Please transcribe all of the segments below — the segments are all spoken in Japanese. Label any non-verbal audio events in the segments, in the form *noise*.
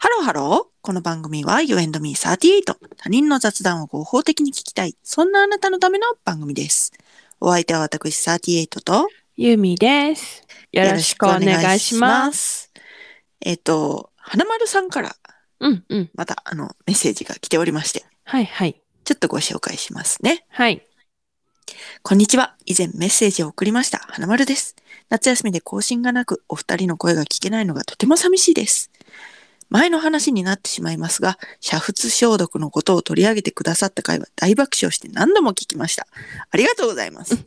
ハロー。この番組は You and me38。他人の雑談を合法的に聞きたい。そんなあなたのための番組です。お相手は私38とゆみです。よろしくお願いします。す。えっと、花丸さんからうんうん。またあのメッセージが来ておりまして、はいはい。ちょっとご紹介しますね。はい。こんにちは。以前メッセージを送りました。花丸です。夏休みで更新がなく、お二人の声が聞けないのがとても寂しいです。前の話になってしまいますが、煮沸消毒のことを取り上げてくださった回は大爆笑して何度も聞きました。ありがとうございます。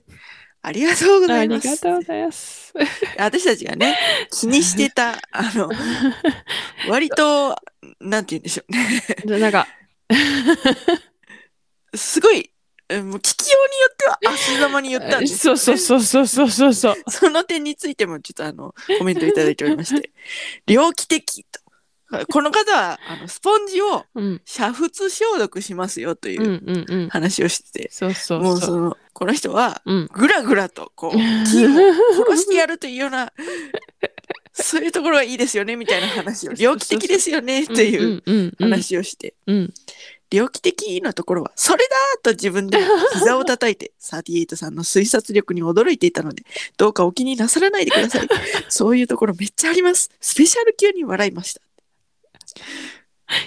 ありがとうござあいります。がとうございます。私たちがね、気にしてた、あの、割と、なんて言うんでしょうね。じゃあなんか、すごい、うんもう聞きようによっては足ざまに言ったんですそうそうそうそうそうそうそう。その点についてもちょっとあのコメントいただいておりまして *laughs* 「猟奇的」と。この方はあのスポンジをうん煮沸消毒しますよというんううんうん。話をしてて、そうそもううそう。そのこの人はうん。ぐらぐらとこう木を殺してやるというよう *laughs* なそういうところがいいですよねみたいな話を猟奇的ですよねといううんうん話をしてうん。猟奇的なところは、それだーと自分で膝を叩いて、38さんの推察力に驚いていたので、どうかお気になさらないでください。そういうところめっちゃあります。スペシャル級に笑いました。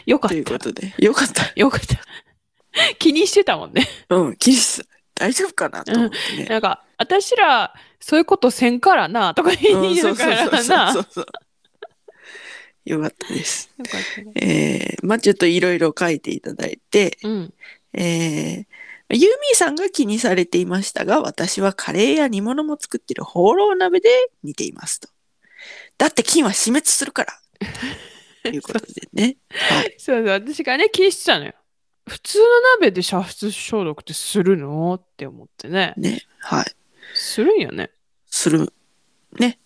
よかといっうたこ。とで、よかった。よかった。気にしてたもんね。うん、キリス、大丈夫かなと思ってね。なんか、私ら、そういうことせんからな、とかう言んいそなうがそうらそうな。そうそう。よかったです。よかったねえー、まあちょっといろいろ書いていただいて、うん。えー、ユーミーさんが気にされていましたが、私はカレーや煮物も作ってるホーロー鍋で煮ていますと。だって菌は死滅するから。ということでね。はい。そうそう、私がね、気にしてたのよ。普通の鍋で煮沸消毒ってするのって思ってね。ね。はい。するんよね。する。ね。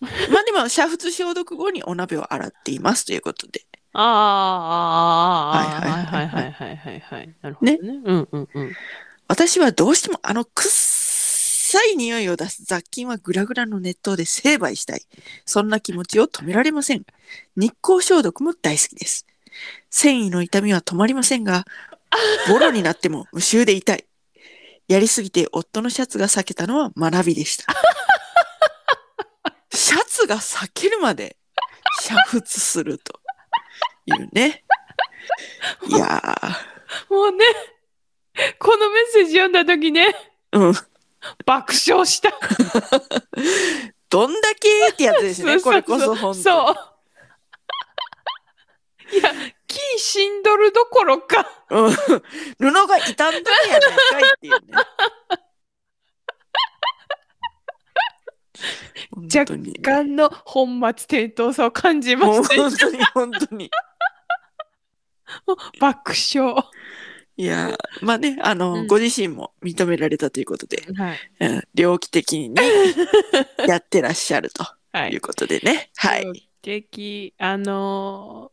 まあでも、煮沸消毒後にお鍋を洗っていますということで。ああ、ああ、ああ、ははいいははいいはいはいはい。なるほどね。うんうんうん。私はどうしてもあの臭い匂いを出す雑菌はグラグラの熱湯で成敗したい。そんな気持ちを止められません。日光消毒も大好きです。繊維の痛みは止まりませんが、ボロになっても無臭で痛い。やりすぎて夫のシャツが裂けたのは学びでした。シャツが裂けるまで煮沸するというね。いやもうね、このメッセージ読んだ時ね、ー、うん。爆笑した。どんだけってやつですね、これこそ本当に。そう。いや、金死んどるどころか。うん、布が傷んだんやないかいっていうね。本当に。がんの本末転倒さを感じまもうした。本当に本当に。爆笑。いやー、まあね、あの、うんご自身も認められたということで、はい。うん、猟奇的 *laughs* にやってらっしゃるとはいい。うことでね。はい。強敵あの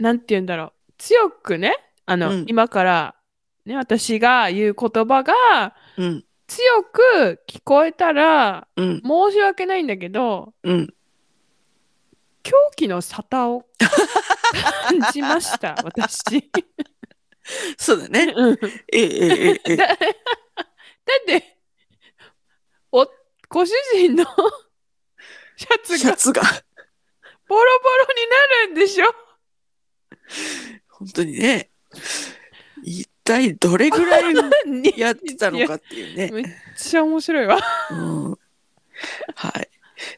ーなんて言うんだろう強くねあの、うん今から、ね、私が言う言葉がうん、強く聞こえたらうん、申し訳ないんだけどうん。狂気の沙汰を *laughs* 感じました私そうだね。うんだええええ *laughs* ええ。っておご主人の *laughs* シャツシャがツが、ボロボロになるんでしょ本当にね、一体どれぐらいに *laughs* やってたのかっていうね。 *laughs* めっちゃ面白いわうんはい。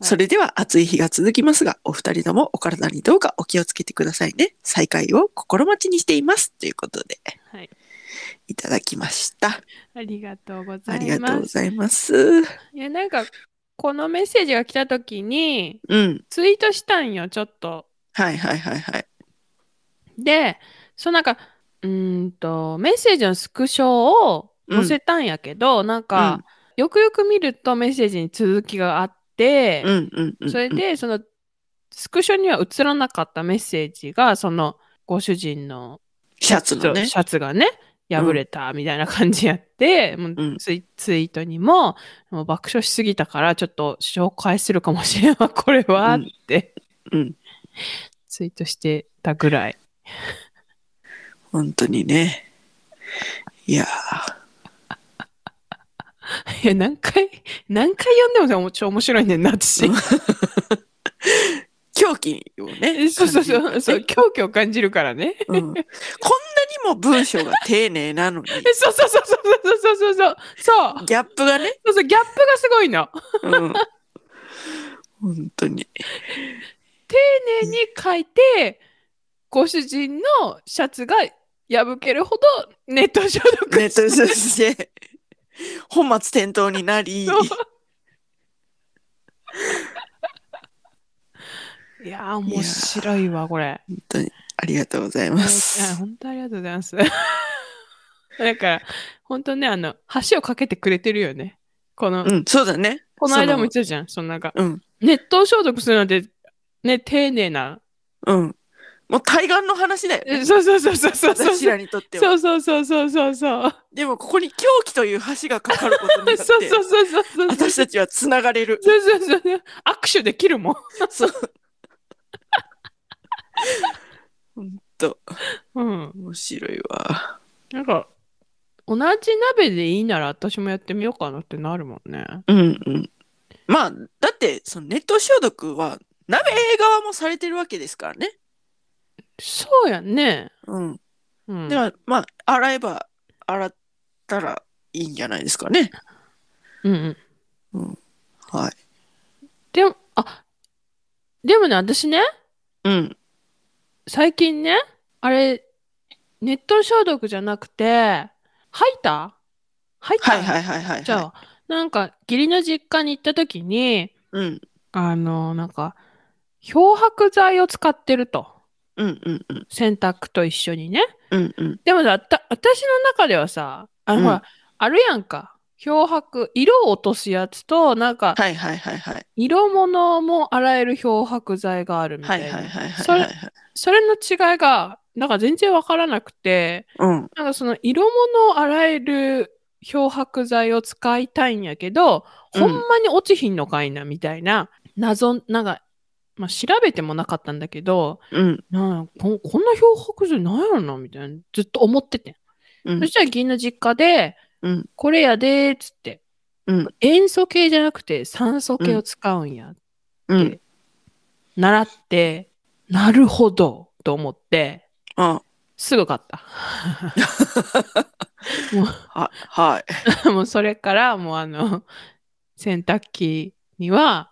それでは暑い日が続きますが、お二人ともお体にどうかお気をつけてくださいね。再会を心待ちにしています。ということで、はいいただきました。ありがとうござありいがとうまごす。ざいます。いやなんかこのメッセージが来た時にうん。ツイートしたんよちょっと。はいはいはいはい。でそのなんかうーんとメッセージのスクショを載せたんやけど、なんか、よくよく見るとメッセージに続きがあってう、んうんうん。それ、でそのスクショには映らなかったメッセージがそのご主人のシャツのね。シャツがね破れたみたいな感じやって、もうツイツイートにももう爆笑しすぎたからちょっと紹介するかもしれんわこれはうっんてうん。ツイートしてたぐらい本当にね。いやーいや、何回、何回読んでももちょ面白いねんな、私。狂気をね。 *laughs* そうそうそう、そう、感じる狂気を感じるからね。うんこんなにも文章が丁寧なのに、えそうそうそうそうそうそうそうそう。そうギャップがね。そうそう、ギャップがすごいの。うん、本当に。丁寧に書いて、ご主人のシャツが破けるほどネット消毒ネットに通じて、本末転倒になり、いやー、面白いわ、これ。本当にありがとうございまいやす。本当ありがとうございます。 *laughs* だから、本当ね、あの、橋を架けてくれてるよね。この、うん、そうだね。この間も言ってたじゃん、そんなんか。うん、熱湯消毒するなんて、ね、丁寧な。うん。もう対岸の話だよね。えそうそうそうそうそうそう。私らにとっては。そうそうそうそうそうそう。でも、ここに狂気という橋がかかることにそなうって、そうそうそうそう。私たちは繋がれる。そうそうそうそう。握手できるもん。そう。本当うん。面白いわ。なんか、同じ鍋でいいなら私もやってみようかなってなるもんね。うんうん。まあ、だって、その熱湯消毒は、鍋側もされてるわけですからね。そうやね。うん。うん。では、まあ、洗えば、洗ったらいいんじゃないですかね。うんうん。はい。でも、あ、でもね、私ね、うん。最近ね、あれ、熱湯消毒じゃなくて、吐いた吐いたはいはいはいはい、はい。じゃあ、なんか、義理の実家に行った時に、うん。あの、なんか、漂白剤を使ってると。うんうんうん。洗濯と一緒にね。うんうん。でもさ、た私の中ではさ、あの、うんほら、あるやんか。漂白、色を落とすやつと、なんか、はいはいはいはい。色物も洗える漂白剤があるみたはいいな。はいはいはいそはいれはい。それの違いが、なんか全然わからなくて、うん。なんかその色物を洗える漂白剤を使いたいんやけど、うんほんまに落ちひんのかいな、みたいな、謎、なんか、まあ、調べてもなかったんだけど、うん。なんここんな漂白剤ないよな、みたいな、ずっと思っててん。うんそ。したら義理の実家で、うんこれやでーっつって、うん塩素系じゃなくて酸素系を使うんや、うん。習って、なるほど、と思って、あ、すぐ買った。は、はい。 *laughs* もうそれからもうあの洗濯機には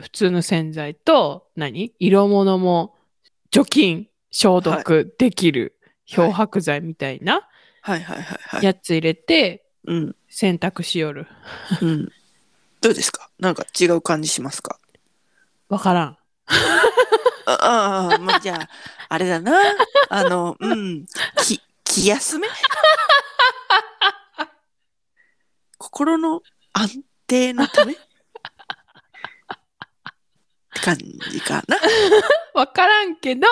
普通の洗剤と何色物も除菌消毒できる漂白剤みたいなはいはいはいはい。やつ入れてうん。洗濯しよる。うん。どうですかなんか違う感じしますかわからん。ああー、まあ、じゃあ、あれだな。あの、うん。き、気休め心の安定のためって感じかな。わからんけど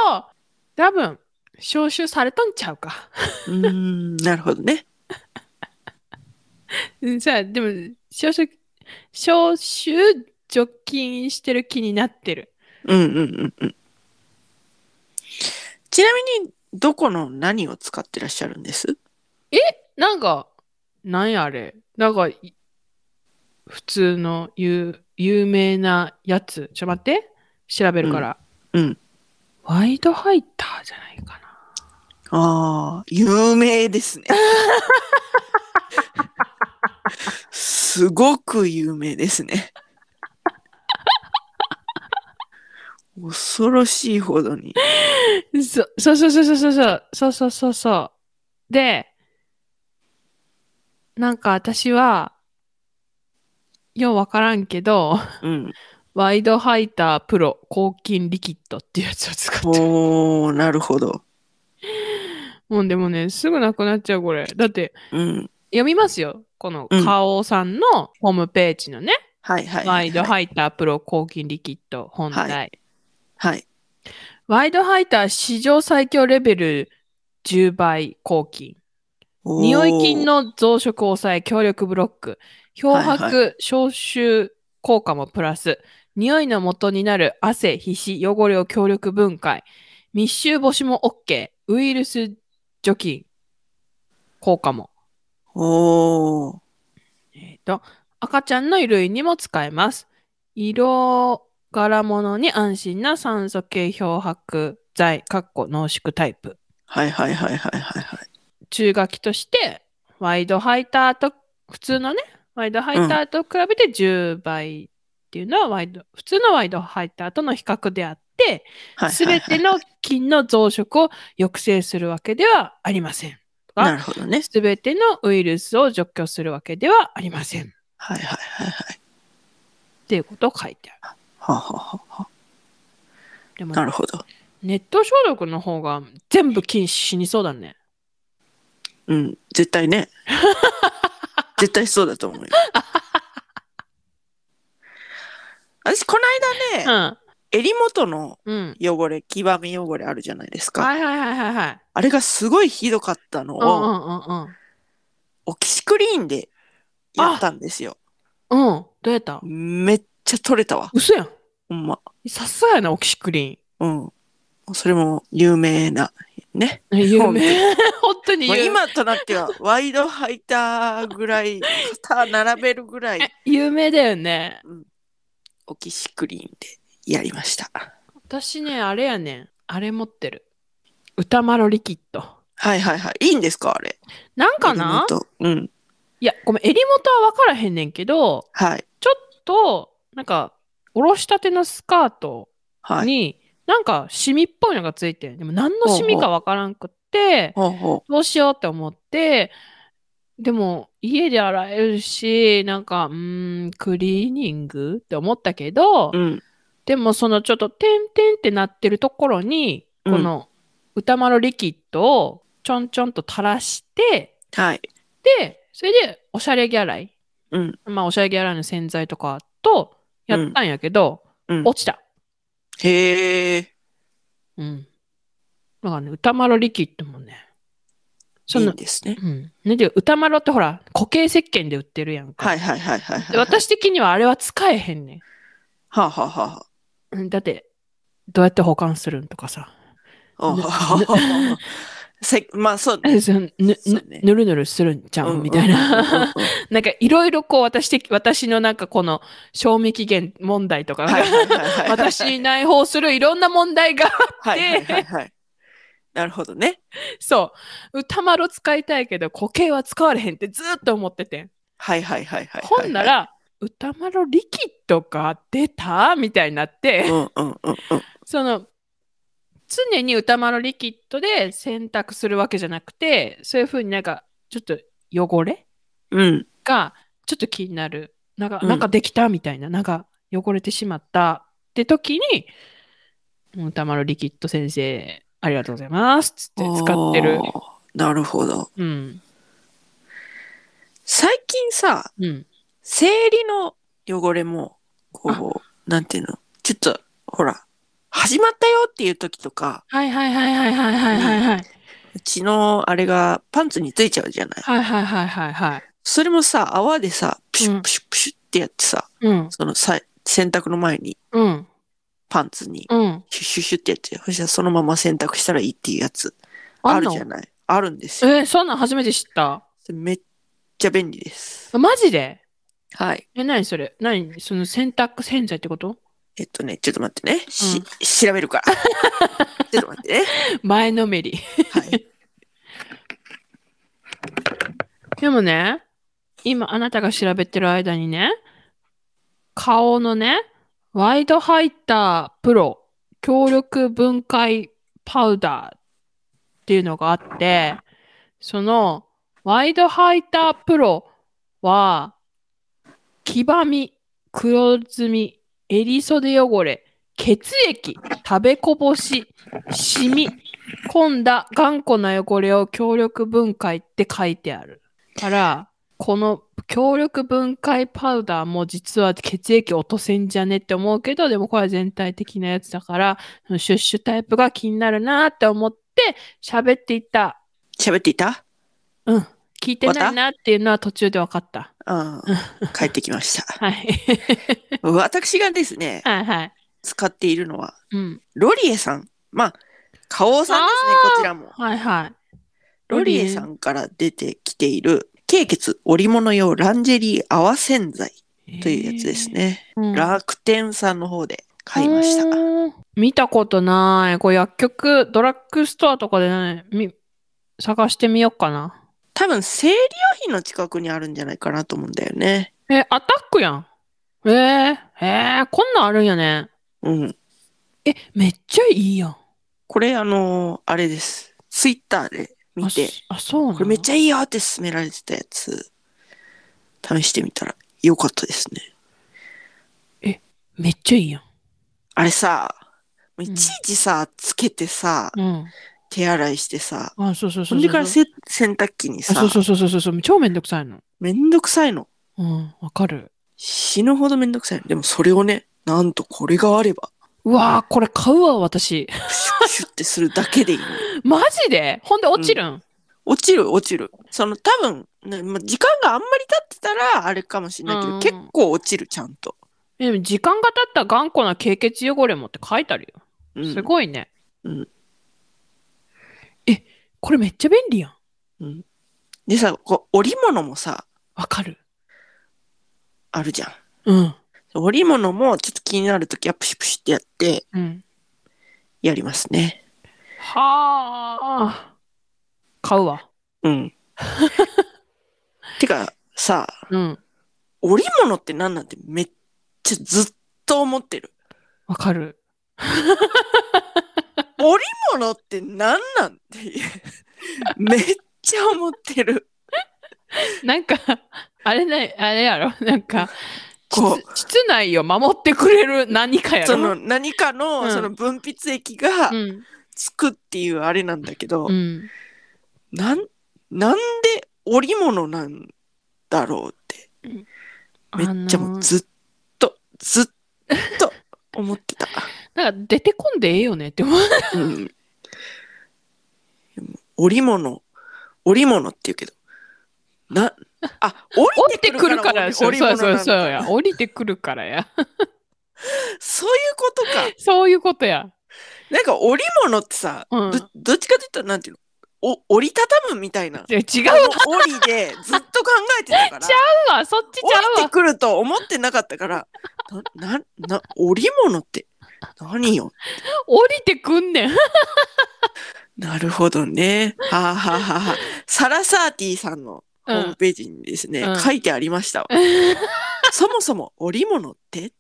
多分消臭されたんちゃうか。 *laughs* うーん、なるほどね。うんさあでも消臭消臭除菌してる気になってる。うんうんうんうん。ちなみに、どこの何を使ってらっしゃるんですなんか、なんやあれ。なんか、い普通の有有名なやつ。ちょ、待って。調べるから。うんうんワイドハイターじゃないかな。ああ、有名ですね。すごく有名ですね。恐ろしいほどに。そ、そうそうそうそうそうそう。そうそうそうそう。で、なんか私は、ようわからんけど、うん。ワイドハイタープロ抗菌リキッドっていうやつを使ってる。おー、なるほど。もうでもね、すぐなくなっちゃう、これ。だって、うん。読みますよ。この、うん花王さんのホームページのね、はいはい。ワイドハイタープロ抗菌リキッド本題。ははい。ワイドハイター史上最強レベル10倍抗菌。おー匂い菌。の増殖を抑え、強力ブロック。漂白、はい消臭効果もプラス。匂いの元になる汗、皮脂、汚れを強力分解。密集防止も OK。ウイルス除菌。効果も。おー。えっ、と、赤ちゃんの衣類にも使えます。色柄物に安心な酸素系漂白剤、かっこ濃縮タイプ。はいはいはいはいはいはい。中書きとして、ワイドハイターと、普通のね、ワイドハイターと比べて10倍っていうのはワイド、普通のワイドハイターとの比較であって、はいすはいはべいての菌の増殖を抑制するわけではありません。なるほどね。すべてのウイルスを除去するわけではありません。っはいはいはいはい。ていうことを書いてある。はあはあはあはでもあ、なるほど。ネット消毒の方が全部禁止しにそうだね。うん、絶対 *laughs* ね。絶対そうだと思うよ。私、このう間ね、ん。襟元のうん。汚れ、黄ばみ汚れあるじゃないですか。はいはいはいはいはい。あれがすごいひどかったのうんうを、んオキシクリーンでやったんですよ。うんうん。うん。どうやっためっちゃ取れたわ。嘘やん。ほんま。さすがやな、オキシクリうん。それも有名な、ね。ーン。有名。 *laughs* 本当にまあ有名。今となっては、ワイドハイターぐらい、肩並べるぐらい、有名だよね。オキシクリーンでやりました。私ね、あれやねん。あれ持ってる。歌丸リキッド。はいはいはい。いいんですかあれ。なんかな襟元うん。いや、ごめん、襟元は分からへんねんけど、はい。ちょっと、なんか、おろしたてのスカートはい。に、なんか、シミっぽいのがついてる。でも、何のシミか分からんくって、ほうほどうしようって思って、でも、家で洗えるし、なんか、うーん、クリーニングって思ったけど、う。うん。でも、そのちょっと、てんてんってなってるところに、うんこの、歌丸リキッドをちょんちょんと垂らして、はい。で、それで、おしゃれギャライ。うん。まあ、おしゃれギャライの洗剤とかと、やったんやけど、うんうん落ちた。へえ。うん。だからね、歌丸リキッドもね。いそいのん、ですね。うん。ね、で、歌丸ってほら、固形石鹸で売ってるやんか。はいはいはいはい、はい。で、私的にはあれは使えへんねはあ、はあはんうん。だって、どうやって保管するんとかさ。あ、は *laughs* あ。せまあ *laughs* そうね。えそのぬそうねぬぬるぬるするんちうゃんうんううんみたいな。うん *laughs* うんなんかいろいろこう私的、私のなんかこの賞味期限問題とかが、はいはいはいはい。私に内包するいろんな問題が、 *laughs* はいはいはいはい。なるほどね。そう、歌丸使いたいけど、固形は使われへんってずーっと思っててん。はいはいはいはいはい。ほんな。ら、歌丸リキッドが出たみたいになって *laughs* う、んうんうんうん。その、常に歌丸リキッドで洗濯するわけじゃなくて、そういうふうになんか、ちょっと汚れうん。が、ちょっと気になる。なんか、うんなんかできたみたいな、なんか汚れてしまったって時に、もう歌丸リキッド先生、ありがとうございます。つって使ってるあ。ー。なるほど。うん。最近さ、うん。生理の汚れも、こう、なんていうの、ちょっと、ほら、始まったよっていう時とか、はいはいはいはいはいはいはいはい。うちのあれがパンツについちゃうじゃない。はいはいはいはいはい。それもさ、泡でさ、プシうュんップシュップシュッってやってさ、うん。そのさ洗濯の前にうん。パンツにうん。シュッシュッシュッってやって、そしたらそのまま洗濯したらいいっていうやつ、ああんるのじゃない。あるんですよ。えーそんなん初めて知った。めっちゃ便利です。マジではい。え、何それ何その洗濯洗剤ってことえっとね、ちょっと待ってね。し、調べる *laughs* から。ちょっと待ってね。前のめり。 *laughs* はい。でもね、今あなたが調べてる間にね、顔のね、ワイドハイタープロ強力分解パウダーっていうのがあって、そのワイドハイタープロは、黄ばみ、黒ずみ、襟袖汚れ、血液、食べこぼし、シミ、込んだ頑固な汚れを強力分解って書いてある。から、この強力分解パウダーも実は血液落とせんじゃねって思うけど、でもこれは全体的なやつだから、そのシュッシュタイプが気になるなって思って喋っていった。喋っていたうん。聞いてないなっていうのは途中で分かった。うん。帰ってきました。はい。私がですね、はいはい。使っているのは、うん。ロリエさん。まあ、花王さんですね、あーこちらも。はいはい。ロリエさんから出てきている、軽血織物用ランジェリー泡洗剤というやつですね。えー。うん楽天さんの方で買いました。おー見たことない。これ薬局、ドラッグストアとかで、ね、み探してみようかな。多分、生理用品の近くにあるんじゃないかなと思うんだよね。え、アタックやん。えー、えー、こんなんあるんやね。うん。え、めっちゃいいやん。これ、あのーあれです。ツイッターで見てあ、そあ、そうなのこれめっちゃいいよって勧められてたやつ、試してみたら良かったですね。めっちゃいいやん。あれさ、もういんちいちさ、つけてさ、う手洗いしてさ、ん。あ、そうほんそうそうそう。でからせ洗濯機にあさそう、そうそうそうそう。超めんどくさいの。めんどくさいの。うん、わかる。死ぬほどめんどくさいの。でもそれをね、なんとこれがあれば、うわー、これ買うわ、私。 *laughs* プシュプシュってするだけでいいの。マジでほんで落ちるん。落ちる落ちる。その多分、ねまあ、時間があんまり経ってたらあれかもしれないけど、うん結構落ちる、ちゃんと。でも時間が経った頑固な経血汚れもって書いてあるよ。うんすごいね。うんえ、これめっちゃ便利やん。でさ、こう織物もさ、わかる。あるじゃん。うん。織物もちょっと気になるときはプシュプシュってやってうん。やりますね。はあ。買うわ。 *laughs* うん。てかさ、うん。織物って何なんてめっちゃずっと思ってる。わかる。織物って何なんっていう *laughs* めっちゃ思ってる。なんか、あれね、あれやろ。なんか、こう室室内を守ってくれる何かやろ。その何かの、うんその分泌液がうん。つくっていうあれなんだけど、うん。なんなんで織物なんだろうってめっちゃもあのうーずっとずっと思ってた。なんか出てこんでええよねって思う。うん織物織物って言うけどな *laughs* あ降降りりててくくるるかからら織でし織ょ。物そなんうそうだそうや。降りてくるからや。そういうことかそういうことや。なんか織物ってさ、うんどどっちかというとなんていうのお折りたたむみたいな。いや違うあの折りでずっと考えてたからちゃわ。そっちち降ゃうりわて。くると思ってなかったからななな織物って何よ降りてくんねん。なるほどね。はあ、はあはあはあ、サラサーティさんのホームページにですね、うん書いてありま *laughs* したわ。そもそも織物って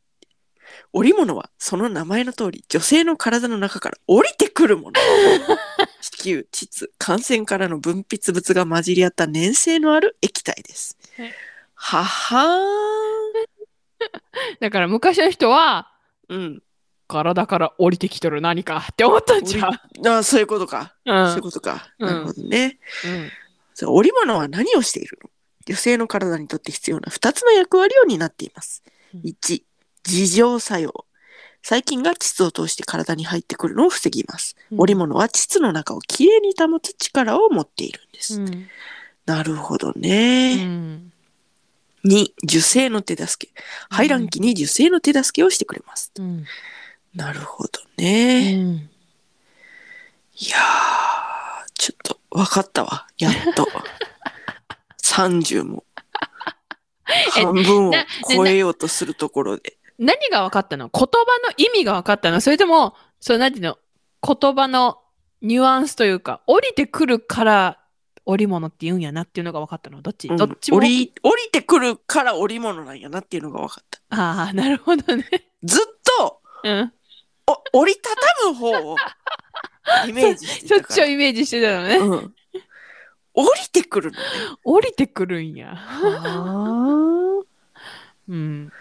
織物はその名前の通り女性の体の中から降りてく *laughs* るもの。子宮、膣、汗腺からの分泌物が混じり合った粘性のある液体ですははい。はだから昔の人は、ーん。う *laughs* ん。体から降りてきとる何かって思ったんちゃう。あそういうことか。うそういうんことか。うんなるほどね。うん。そう織物は何をしているの女性の体にとって必要な2つの役割を担っています。うん1、自浄作用。細菌が膣を通して体に入ってくるのを防ぎます。うん織物は膣の中をきれいに保つ力を持っているんです。うんなるほどうね。ん。 2、受精の手助け。排卵期に受精の手助けをしてくれます。うん。なるほどうね。んいやー、ちょっと分かったわ。やっ *laughs* と。30も。半分をなな超えようとするところで。何が分かったの言葉の意味が分かったのそれとも、その何ていうの言葉のニュアンスというか、降りてくるから織物って言うんやなっていうのが分かったのどっち、うんどっちも降。り、降りてくるから織物なんやなっていうのが分かった。ああ、なるほどね。ずっと、うん。お折りたたむ方をイメージしてそたっかちをら。イメージしてたのね。うん。降りてくるのね。降りてくるんや。あうん。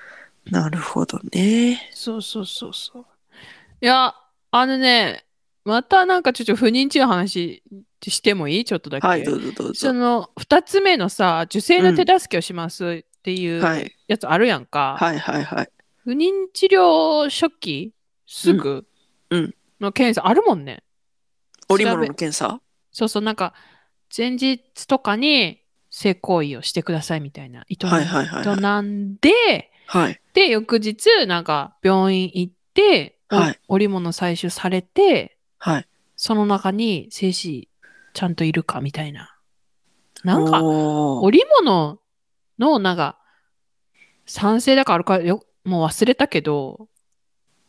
ーなるほどね。そうそうそうそう。いや、あのね、またなんかちょっと不妊治療の話してもいいちょっとだけ。はい、どうぞどうそぞ。の2つ目のさ、受精の手助けをしますっていうはい、やつあるやんか。はい、はい、はい。不妊治療初期すぐうんうんの検査あるもんね。織物の検査そうそう、なんか前日とかに性行為をしてくださいみたいな。営はい、はい、はいはい。営んで、はい、で、翌日、なんか、病院行って、おはい織物採取されて、はい。その中に精子ちゃんといるかみたいな。なんか、おー織物の、なんか、酸性だからあるかよ、もう忘れたけど、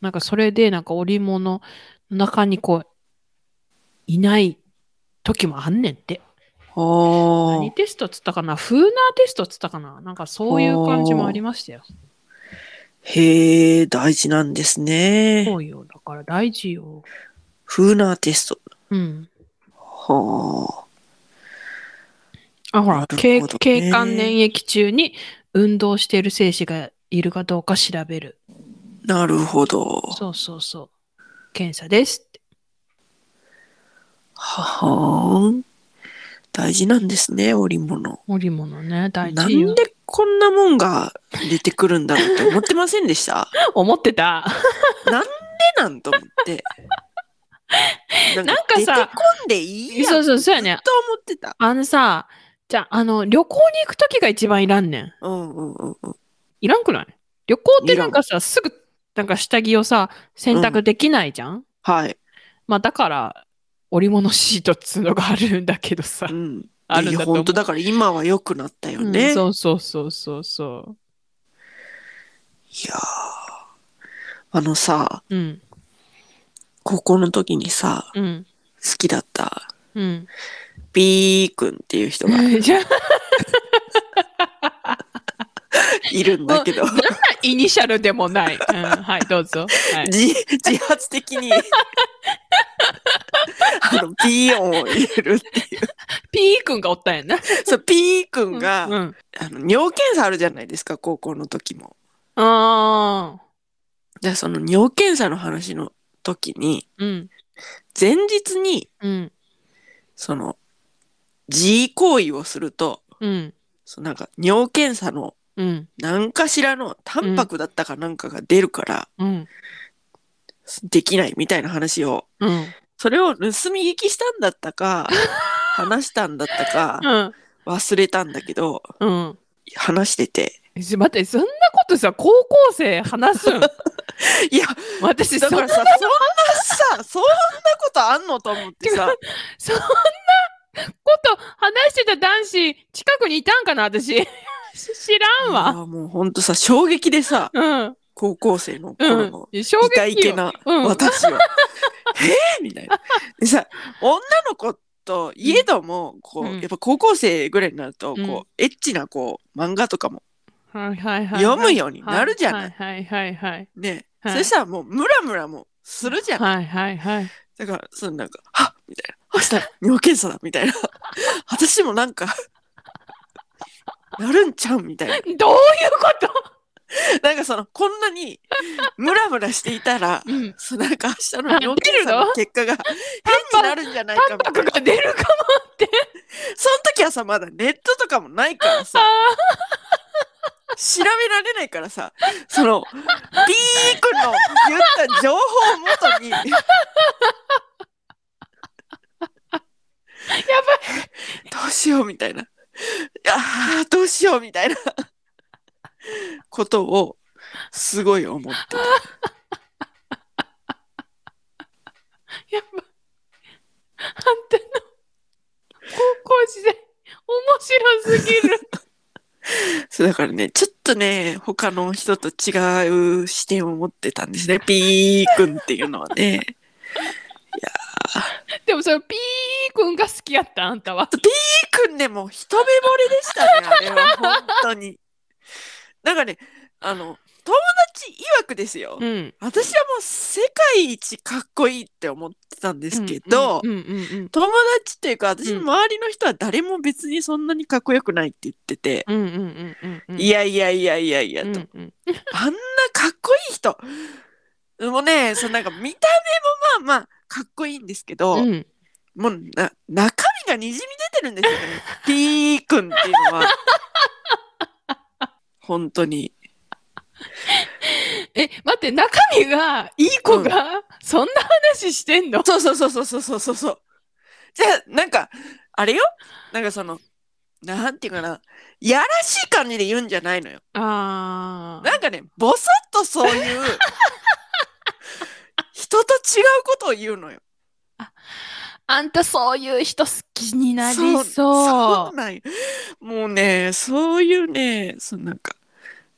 なんかそれで、なんか織物の中にこう、いない時もあんねんって。お何ーテストっつったかなフーナーテストっつったかななんかそういう感じもありましたよ。へえ、大事なんですねそ。うよ。だから大事よ。フーナーテスト。うん。はあ、なほら、るほど経ね経管粘液中に運動している精子がいるかどうか調べる。あ、なるほど。そうそうそう。検査ですって。ははん。大事なんですね、織物。織物ね、大な事よん。でこんなもんが出てくるんだろうって思ってませんでした *laughs* 思ってた。えなんと思って。なんかさ出てこんでいいやんそうそう、そうやねずっ。と思ってた。あのさ、じゃあ、あの、旅行に行くときが一番いらんねん。うんうんうんうん。いらんくない旅行ってなんかさ、すぐ、なんか下着をさ、選択できないじゃん、はい。まあだから、織物シートっつうのがあるんだけどさう。ん。あるいんだやと思う本当だから今は良くなったよね。うんいそうそうそうそうそやーあのさ、う。うん。高校の時にさ、うん。好きだった、うん。ピーくんっていう人が *laughs* じゃあ、いるんだ *laughs* けど、イニシャルでもない。うん、はい、どうぞ。はい、自自発的 *laughs* にあのピー音を入れるっていうピー君がおったんやな。そうピー君が、うん。うんあの尿検査あるじゃないですか高校の時もあじゃあその尿検査の話の時にー。うん。前日にうん。その自慰行為をするとうん。そのなんか尿検査のうん。何かしらのタンパクだったかなんかが出るから、うん。できないみたいな話をうん。それを盗み聞きしたんだった *laughs* か話したんだったかうん。忘れたんだけどうん。話しててえちょ待って、そんなことさ、高校生話 *laughs* すんいや私、だそかんらさそんなさそんなことあんのと思って *laughs* さそんなこと話してた男子、近くにいたんかな、私。 *laughs* 知らんいわ。やもうほんとさ衝撃でさうん。高校生のう頃んの。衝痛い撃けよ。なうん私 *laughs* は、えーみたいな。でさ女の子といえどもこう、うんやっぱ高校生ぐらいになるとこう、うんエッチなこう漫画とかもはいはいはい。読むようになるじゃない。はいはいはいね、はいそしたらもうムラムラもするじゃん。はい。はいはいはい。だから、そのなんか、はっみたいな。あしたら尿検査だみたいな。 *laughs* 私もなんか、なるんちゃうんみたいな。どういうことなんかその、こんなにムラムラしていたら、うん。そうなんか明日の尿検査の結果が変になるんじゃないかタンみたパいなク。が出るかも。その時はさ、まだネットとかもないからさ、調べられないからさ、その、ピークの言った情報をもとに、やばいどうしようみたいな。あーどうしようみたいなことをすごい思ってた。やっぱ、あんたの高校時代、面白すぎる。 *laughs* そうだからね、ちょっとね、他の人と違う視点を持ってたんですね。ピー君っていうのはね。でもそのピー君が好きやった、あんたは。ピー君ね、もう一目惚れで *laughs* したね、あれは、本当に。なんかね、あの、友達曰くですよ。うん。私はもう世界一かっこいいって思ってたんですけど、うんうんうん友達っていうか、私の周りの人は誰も別にそんなにかっこよくないって言ってて、うんうんうんうんうんうん。いやいやいやいやいやうと、んうんあんなかっこいい人もうねそのなんか見た目もまあまあかっこいいんですけど、うんもうな中身がにじみ出てるん *laughs* ですよねピー君っていうのは本当にえ、待って、中身が、いい子が、そんな話してんのそうそうそうそうそうそうそうそうじゃあなんかあれよなんかそのなんていうかなやらしい感じで言うんじゃないのよあなんかねぼそっとそういう人と違うことを言うのよあんたそういう人好きになりそう。そうなんよもうね、そういうね、そのなんか、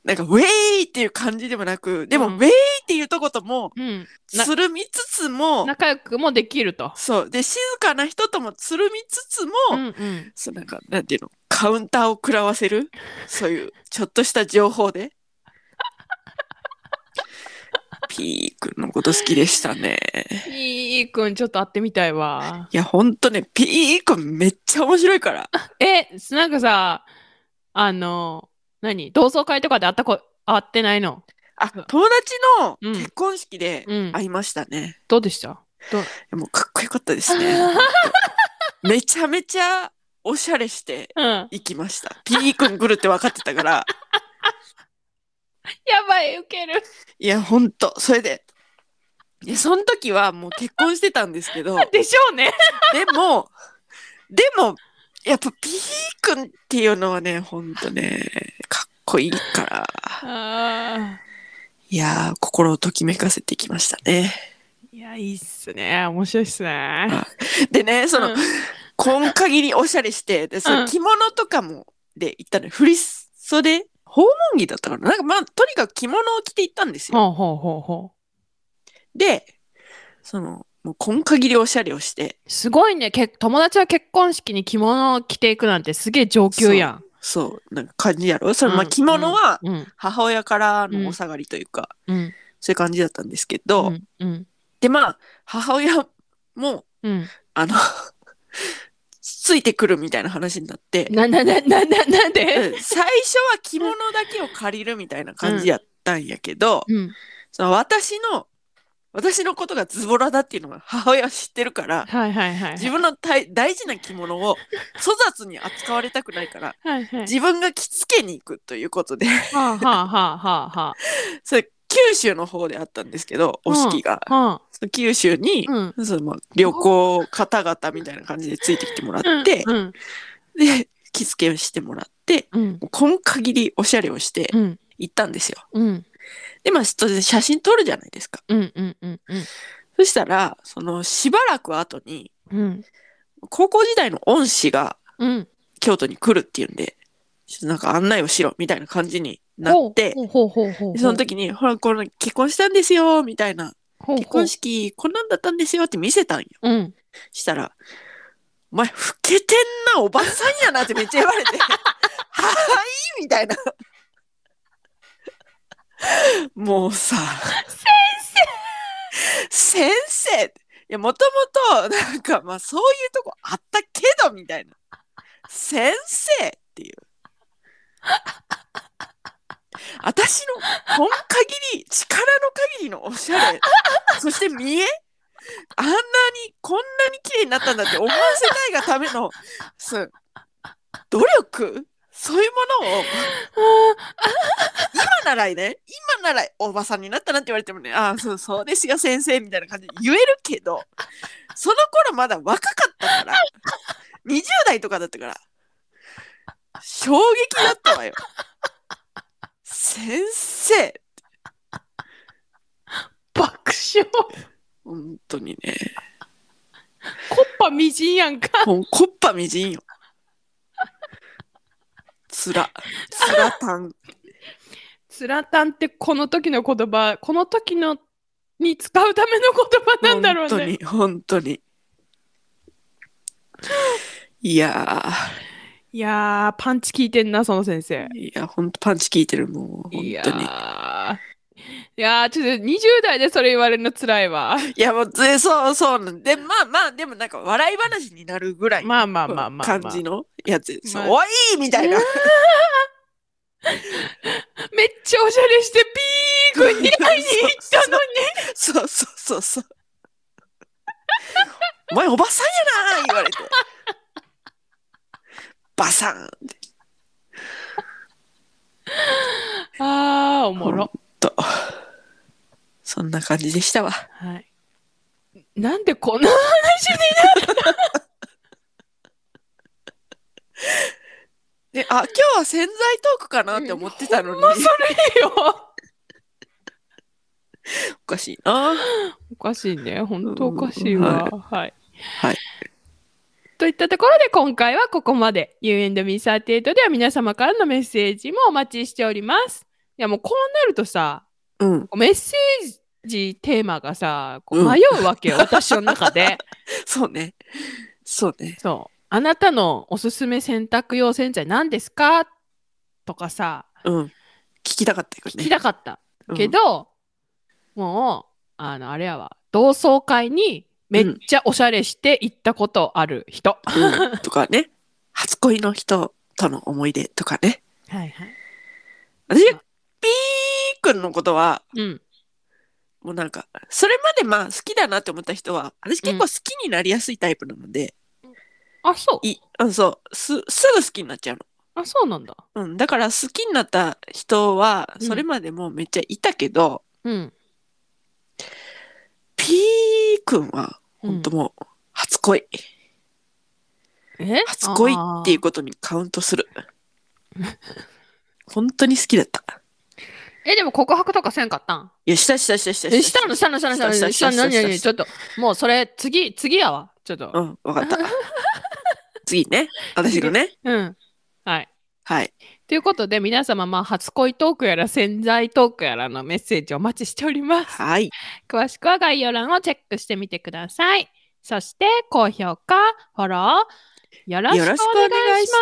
なんか、ウェイっていう感じでもなく、でも、うんウェイっていうとことも、うん。なつるみつつも、仲良くもできると。そう。で、静かな人ともつるみつつも、うんうん。そうなんか、なんていうの、カウンターを食らわせる、そういう、ちょっとした情報 *laughs* で。ピー君のこと好きでしたね。いいくん、ちょっと会ってみたいわ。いや、ほんとね、ピー君めっちゃ面白いから。え、なんかさ、あの、何同窓会とかで会ったこ、会ってないのあ、そう友達のうん結婚式でうん。会いましたね。どうでしたもうかっこよかったですね。ほんとめちゃめちゃおしゃれしてうん。 *laughs* や行きました。ピー君来るって分かってた *laughs* から。ばい、ウケる。いや、ほんと、それで。いや、その時はもう結婚してたんです *laughs* けど、ででしょうね。も、でも、やっぱ P 君っていうのはね、ほんとね、かっこいいから、あいやー、心をときめかせてきましたね。ーいや、いいっすね。面白いっすね。でね、その、うん今限りおしゃれして、で、そうのん着物とかも、で、行ったのよ振り袖訪問着だったかななんかまあ、とにかく着物を着て行ったんですよ。ほうほうほうほで、その、もう今限りおしゃれをして、う。すごいね。け友達は結婚式に着物を着ていくなんてすげえ上級やん。そう、なんか感じやろその、まうあ、ん着物はうん。母親からうんのお下がりというか、うん。そういう感じだったんですけど、うん。うん。で、まあ、母親も、うん。あの、 *laughs* ついてくるみたいな話になって、な、な、な、な、な、なんうでん最初は着物だけを借りるみたいな感じやったんやけど、うん。その私の、私のことがズボラだっていうのが母親は知ってるから、はいはいはい。自分の大大事な着物を粗雑に扱われたくないから、はいはい。自分が着付けに行くということで、はあはあはあはそれ九州の方であったんですけどお式が、あはあ。その九州に、うん。そのまあ旅行方々みたいな感じでついてきてもらって、うん。で着付けをしてもらってうん。今限りおしゃれをしてうん。行ったんですよ。うん。でまあ当然写真撮るじゃないですか。うん。うん。うん。そしたらそのしばらく後にうん。高校時代の恩師がうん。京都に来るっていうんでちょっとなんか案内をしろみたいな感じになって。ほうほうほうほう。でその時に、ほら、この結婚したんですよ、みたいな。ほうほう、結婚式、こんなんだったんですよって見せたんよ。うん。したら、お前、老けてんな、おばさんやなってめっちゃ言われて、はいみたいな。もうさ、先生先生いや、もともと、なんか、まあ、そういうとこあったけど、みたいな。先生っていう。私の本限り、力の限りのおしゃれ、そして見えあんなにこんなに綺麗になったんだって思わせたいがためのそう努力そういうものを今ならね今ならおばさんになったなって言われてもねああそうそうですよ先生みたいな感じで言えるけどその頃まだ若かったから20代とかだったから衝撃だったわよ先生爆笑。本当にねコッパみじんやんか。もうコッパみじんよ。つら、つらたん。つらたんってこの時の言葉、この時のに使うための言葉 *laughs* なんだろうね。本当に、本当に。いやいやー、パンチ効いてんな、その先生ー、。いや、本当パンチ効いてる、もう、本当に。いいややー。いやー、ちょっと20代でそれ言われるのつらいわ。もう、ぜそう、そうなんで、まあまあ、でもなんか、笑い話になるぐらい。まあまあまあまあまあ感じのやつ。そうまあおいみたいな。めっちゃおしゃれしてピー君に会いに行ったのに。そうそうそうそう。お前おばさんやなー言われて。バサーンって。あー、おもろ。と。そんな感じでしたわ。はい。なんでこんな話にで、あ、今日は潜在トークかなって思ってたのに、それよ。おかしいな。おかしいね。本当おかしいわ。はい。はい。といったところで今回はここまで。U&Me38 では皆様からのメッセージもお待ちしております。いやもうこうなるとさ、うん。メッセージテーマがさ、こううん迷うわけよ、私の *laughs* 中で。そうね。そうね。そう。あなたのおすすめ洗濯用洗剤何ですかとかさ、うん。聞きたかったよ聞きね。たかった。けど、もう、あの、あれやわ、同窓会にめっちゃおしゃれして行ったことある人。うん、うんとかね。初恋の人との思い出とかね。はいはい。私、ピー君のことは、うん。もうなんか、それまでまあ好きだなって思った人は、私結構好きになりやすいタイプなので、あ、そう。い、うん、そう、す、すぐ好きになっちゃうの。あ、そうなんだ。うん、だから好きになった人は、うんそれまでもうめっちゃいたけど、うん。ピー君は、ほんともう、初恋。うん、え初恋っていう。ことにカウントする。本当に好きだった。あーえ、でも告白とかせんかったんいや、したしたしたしたえ、したのしたのしたのしたのしたのしたのした何した何ちょっと、もうそれ、次、次やわ。ちょっうと。ん、わかった。次ね。私のね。うん。はい。はい。ということで、皆様、まあ、初恋トークやら潜在トークやらのメッセージお待ちしております。はい。詳しくは概要欄をチェックしてみてください。そして、高評価、フォロー、よろしくおよ願ろいしくしおます。願いし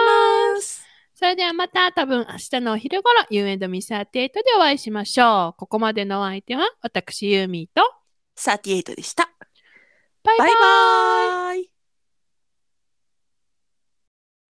ます。それではまた多分明日のお昼頃、You and Me38 でお会いしましょう。ここまでのお相手は、私ユーミーと、 38でした。バイババイイバーイ。